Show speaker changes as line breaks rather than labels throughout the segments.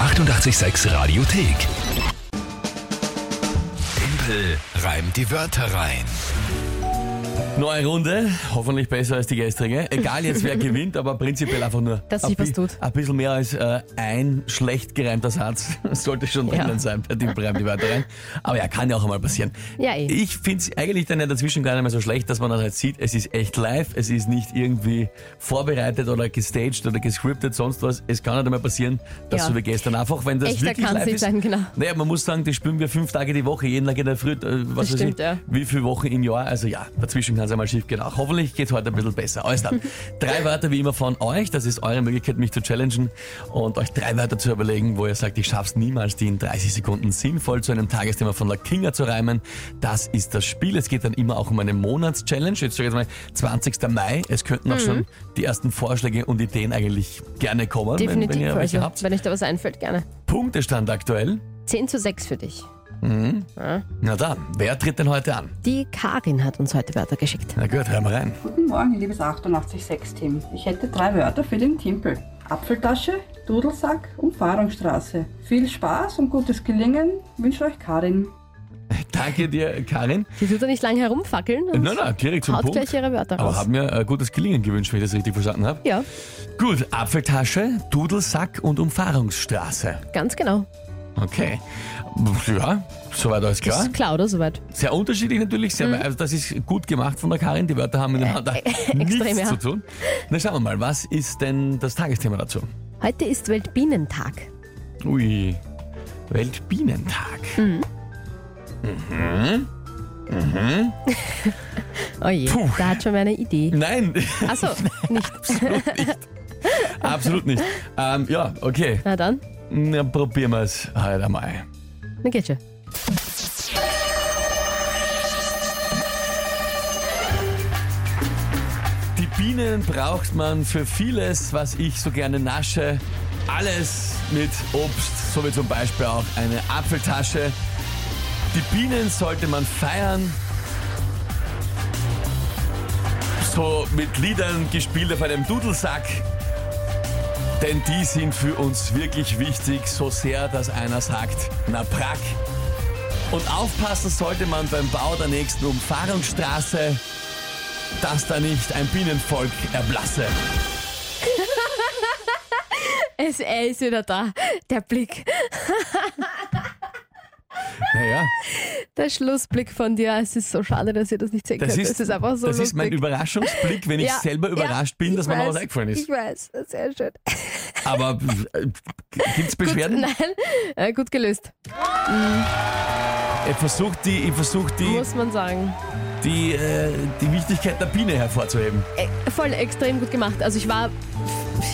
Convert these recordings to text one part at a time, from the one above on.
886 Radiothek. Tempel reimt die Wörter rein.
Neue Runde, hoffentlich besser als die gestrige. Egal jetzt wer gewinnt, aber prinzipiell einfach nur
Dass
ein
sich was
bi-
tut.
ein bisschen mehr als äh, ein schlecht gereimter Satz sollte schon
Ja.
drinnen sein bei dem Reim die Wörter rein. Aber ja, kann ja auch einmal passieren.
Ja, eh.
Ich finde es eigentlich dann ja dazwischen gar nicht mehr so schlecht, dass man das halt sieht, es ist echt live, es ist nicht irgendwie vorbereitet oder gestaged oder gescriptet, sonst was. Es kann halt einmal passieren, dass
Ja.
so wie gestern einfach, wenn das
Echter
wirklich
kann's
live
nicht
ist.
sein, genau.
Naja, man muss sagen, das spielen wir fünf Tage die Woche, jeden Tag in der Früh, äh, was weiß
stimmt,
ich,
ja.
wie viele Wochen im Jahr. Also ja, dazwischen kann es einmal schief gehen. Auch hoffentlich geht es heute ein bisschen besser. Alles dann. drei Wörter wie immer von euch. Das ist eure Möglichkeit, mich zu challengen und euch drei Wörter zu überlegen, wo ihr sagt, ich schaff's niemals, die in 30 Sekunden sinnvoll zu einem Tagesthema von La Kinga zu reimen. Das ist das Spiel. Es geht dann immer auch um eine Monatschallenge. Jetzt sage ich jetzt mal 20. Mai. Es könnten auch
Mhm.
schon die ersten Vorschläge und Ideen eigentlich gerne kommen, wenn, wenn
Definitiv.
ihr welche
also,
habt.
wenn euch da was einfällt, gerne.
Punktestand aktuell.
10 zu 6 für dich.
Na dann, wer tritt denn heute an?
Die Karin hat uns heute Wörter geschickt.
Na gut, hören wir rein.
Guten Morgen, liebes 886-Team. Ich hätte drei Wörter für den Timpel. Apfeltasche, Dudelsack und Fahrungsstraße. Viel Spaß und gutes Gelingen wünscht euch Karin.
Danke dir, Karin.
Die tut da nicht lange herumfackeln und
Nein, nein, direkt zum
haut
Punkt.
gleich ihre Wörter
Aber
raus.
haben mir äh, gutes Gelingen gewünscht, wenn ich das richtig verstanden habe.
ja,
Gut, Apfeltasche, Dudelsack und Umfahrungsstraße.
ganz genau.
Okay. Ja, soweit alles
Das Mhm.
klar.
ist klar, oder? Soweit.
Sehr unterschiedlich natürlich, sehr wei- also das ist gut gemacht von der Karin. Die Wörter haben miteinander nichts
Äh, extrem, ja.
zu tun. Na schauen wir mal, was ist denn das Tagesthema dazu?
Heute ist Weltbienentag.
Ui, Weltbienentag.
Mhm. Oh je,
Puh.
da hat schon meine Idee.
Nein,
Achso, nicht.
absolut nicht. Ähm, ja, okay,
Na dann,
Na, probieren wir es heute einmal.
na geht schon.
Die Bienen braucht man für vieles, was ich so gerne nasche. Alles mit Obst, so wie zum Beispiel auch eine Apfeltasche. Die Bienen sollte man feiern. So mit Liedern gespielt auf einem Dudelsack. Denn die sind für uns wirklich wichtig, so sehr, dass einer sagt, na prack. Und aufpassen sollte man beim Bau der nächsten Umfahrungsstraße dass da nicht ein Bienenvolk erblasse.
Es, er ist wieder da, der Blick.
Naja,
Der Schlussblick von dir, es ist so schade, dass ihr das nicht sehen
das
könnt.
ist,
es ist einfach so
das
lustig.
ist mein Überraschungsblick, wenn ich
Ja,
selber
ja,
überrascht bin, dass
ich
mir noch was
weiß,
eingefallen ist.
Ich weiß, sehr schön.
Aber äh, gibt's Beschwerden?
Nein, äh, gut gelöst,
Ich versuche die, ich versuch die,
muss man sagen.
die, äh, die Wichtigkeit der Biene hervorzuheben.
Äh, voll extrem gut gemacht. Also ich war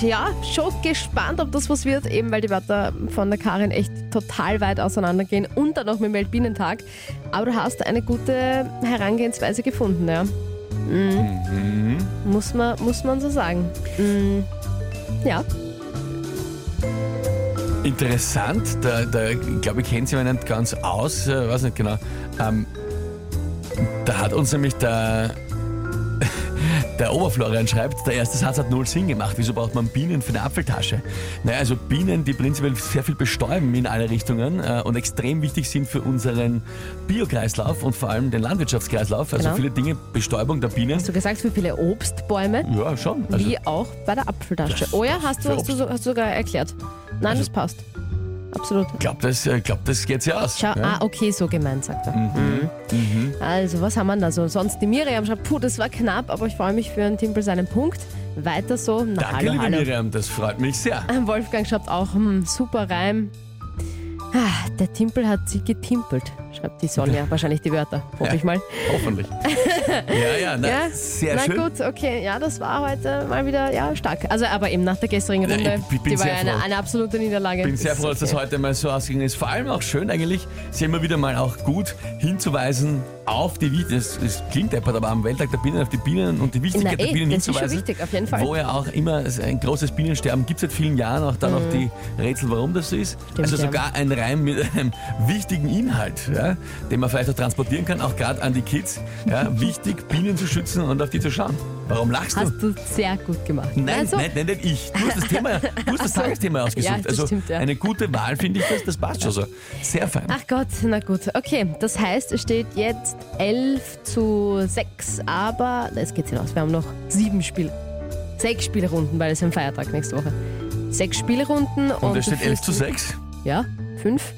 ja schon gespannt, ob das was wird, eben weil die Wörter von der Karin echt total weit auseinandergehen und dann auch mit dem Weltbienentag. Aber du hast eine gute Herangehensweise gefunden, ja. Mhm.
Mhm.
Muss, man, muss man so sagen. Mhm. Ja,
Interessant, da, da ich glaube ich, kennt sie nicht ganz aus, äh, weiß nicht genau. Ähm, da hat uns nämlich der, der Oberflorian schreibt, der erste Satz hat null Sinn gemacht. Wieso braucht man Bienen für eine Apfeltasche? Naja, also Bienen, die prinzipiell sehr viel bestäuben in alle Richtungen äh, und extrem wichtig sind für unseren Biokreislauf und vor allem den Landwirtschaftskreislauf. Also
Genau.
viele Dinge, Bestäubung der Bienen.
hast du gesagt, wie viele Obstbäume?
Ja, schon. Also,
wie auch bei der Apfeltasche. Oh ja, hast du,
für Also
hast du, so- hast du sogar erklärt. Nein, das passt. Absolut.
ich glaube, das, äh, glaub, das geht sich aus.
Schau, ah, okay, so gemeint, sagt er.
Mhm.
Mhm. Also, was haben wir denn da so? Sonst die Miriam schreibt, puh, das war knapp, aber ich freue mich für den Timpel seinen Punkt. Weiter so. Na,
Danke,
hallo,
liebe
hallo. Ah,
Miriam, das freut mich sehr.
Wolfgang schreibt auch, hm, super Reim. Ah, der Timpel hat sie getimpelt, schreibt die Sonja. Wahrscheinlich die Wörter, hoffe
Ja.
ich mal.
Hoffentlich. ja, ja, na,
Ja,
sehr
Na
schön.
gut, okay, ja, das war heute mal wieder ja, stark. Also, aber eben nach der gestrigen
Ja,
Runde,
ich- ich bin
die war
sehr
ja eine,
froh.
eine absolute Niederlage.
Ich bin sehr
Ist
froh, dass das
okay.
heute mal so ausgegangen ist. Vor allem auch schön eigentlich, ist ja immer wieder mal auch gut hinzuweisen auf die Bienen. Es, es klingt deppert, aber am Welttag der Bienen auf die Bienen und die Wichtigkeit
Na eh,
der Bienen
das ist schon
hinzuweisen.
wichtig, auf jeden Fall.
Wo ja auch immer es- ein großes Bienensterben gibt seit vielen Jahren, auch dann noch die Rätsel, warum das so ist.
Mhm. Stimmt,
also
ja.
sogar ein Reim mit, einem wichtigen Inhalt, ja, den man vielleicht auch transportieren kann, auch gerade an die Kids. Ja, wichtig, Bienen zu schützen und auf die zu schauen. Warum lachst du?
Hast du sehr gut gemacht.
Nein,
Also,
nein, nein, nicht ich. Du hast das Thema, du hast das
so.
Tagesthema ausgesucht.
Ja, das
also
stimmt, ja.
eine gute Wahl finde ich das, das passt schon so. Sehr fein.
Ach Gott, na gut. Okay, das heißt, es steht jetzt 11 zu 6, aber es geht hinaus. Wir haben noch sieben Spiele. Sechs Spielrunden, weil es ist ein Feiertag nächste Woche. Sechs Spielrunden und.
und es
du
steht 11
führst
zu
mit-
6.
Ja, fünf.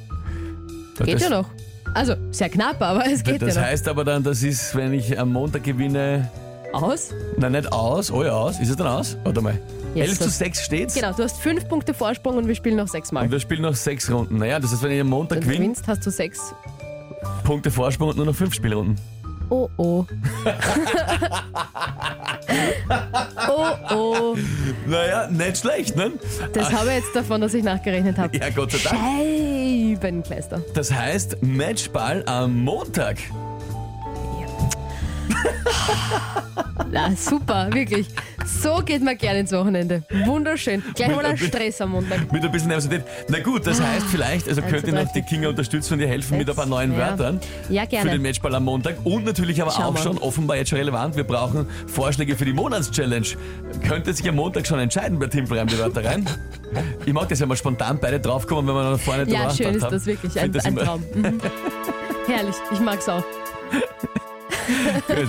Geht
das,
ja noch. Also, sehr knapp, aber es geht
Das
ja noch.
heißt aber dann, das ist, wenn ich am Montag gewinne,
Aus?
nein, nicht aus, oh ja, aus. Ist es dann aus? Warte mal.
Jetzt
11 zu
das-
6 steht's.
Genau, du hast fünf Punkte Vorsprung und wir spielen noch sechsmal.
Und wir spielen noch sechs Runden. Naja, das heißt, wenn ich am Montag
Wenn du
gewinne,
gewinnst, hast du sechs.
Punkte Vorsprung und nur noch fünf Spielrunden.
Oh oh. oh oh.
Naja, nicht schlecht, ne?
Das habe ich jetzt davon, dass ich nachgerechnet habe.
Ja, Gott sei Dank.
Scheibenkleister.
Das heißt, Matchball am Montag.
Na, super, wirklich. So geht man gerne ins Wochenende. Wunderschön. Gleich mal ein Stress am Montag.
Mit ein bisschen Nervosität. Na gut, das heißt vielleicht, also
eins,
könnt ihr
zwei,
noch die
vier,
Kinga unterstützen und ihr helfen mit ein paar
sechs,
neuen
ja.
Wörtern
Ja,
für den
gerne.
Matchball am Montag und natürlich aber
Schauen
auch
wir.
schon offenbar jetzt schon relevant. Wir brauchen Vorschläge für die Monatschallenge. Könnt ihr sich am Montag schon entscheiden bei Timpel rein die Wörter rein? Ich mag das ja mal spontan beide draufkommen, wenn man da vorne
Ja,
drüber
schön ist
nachgedacht
das
hat.
wirklich.
Ich
Ein,
find das
ein
immer-
Traum. Mhm. Herrlich, ich mag's auch.
Gut.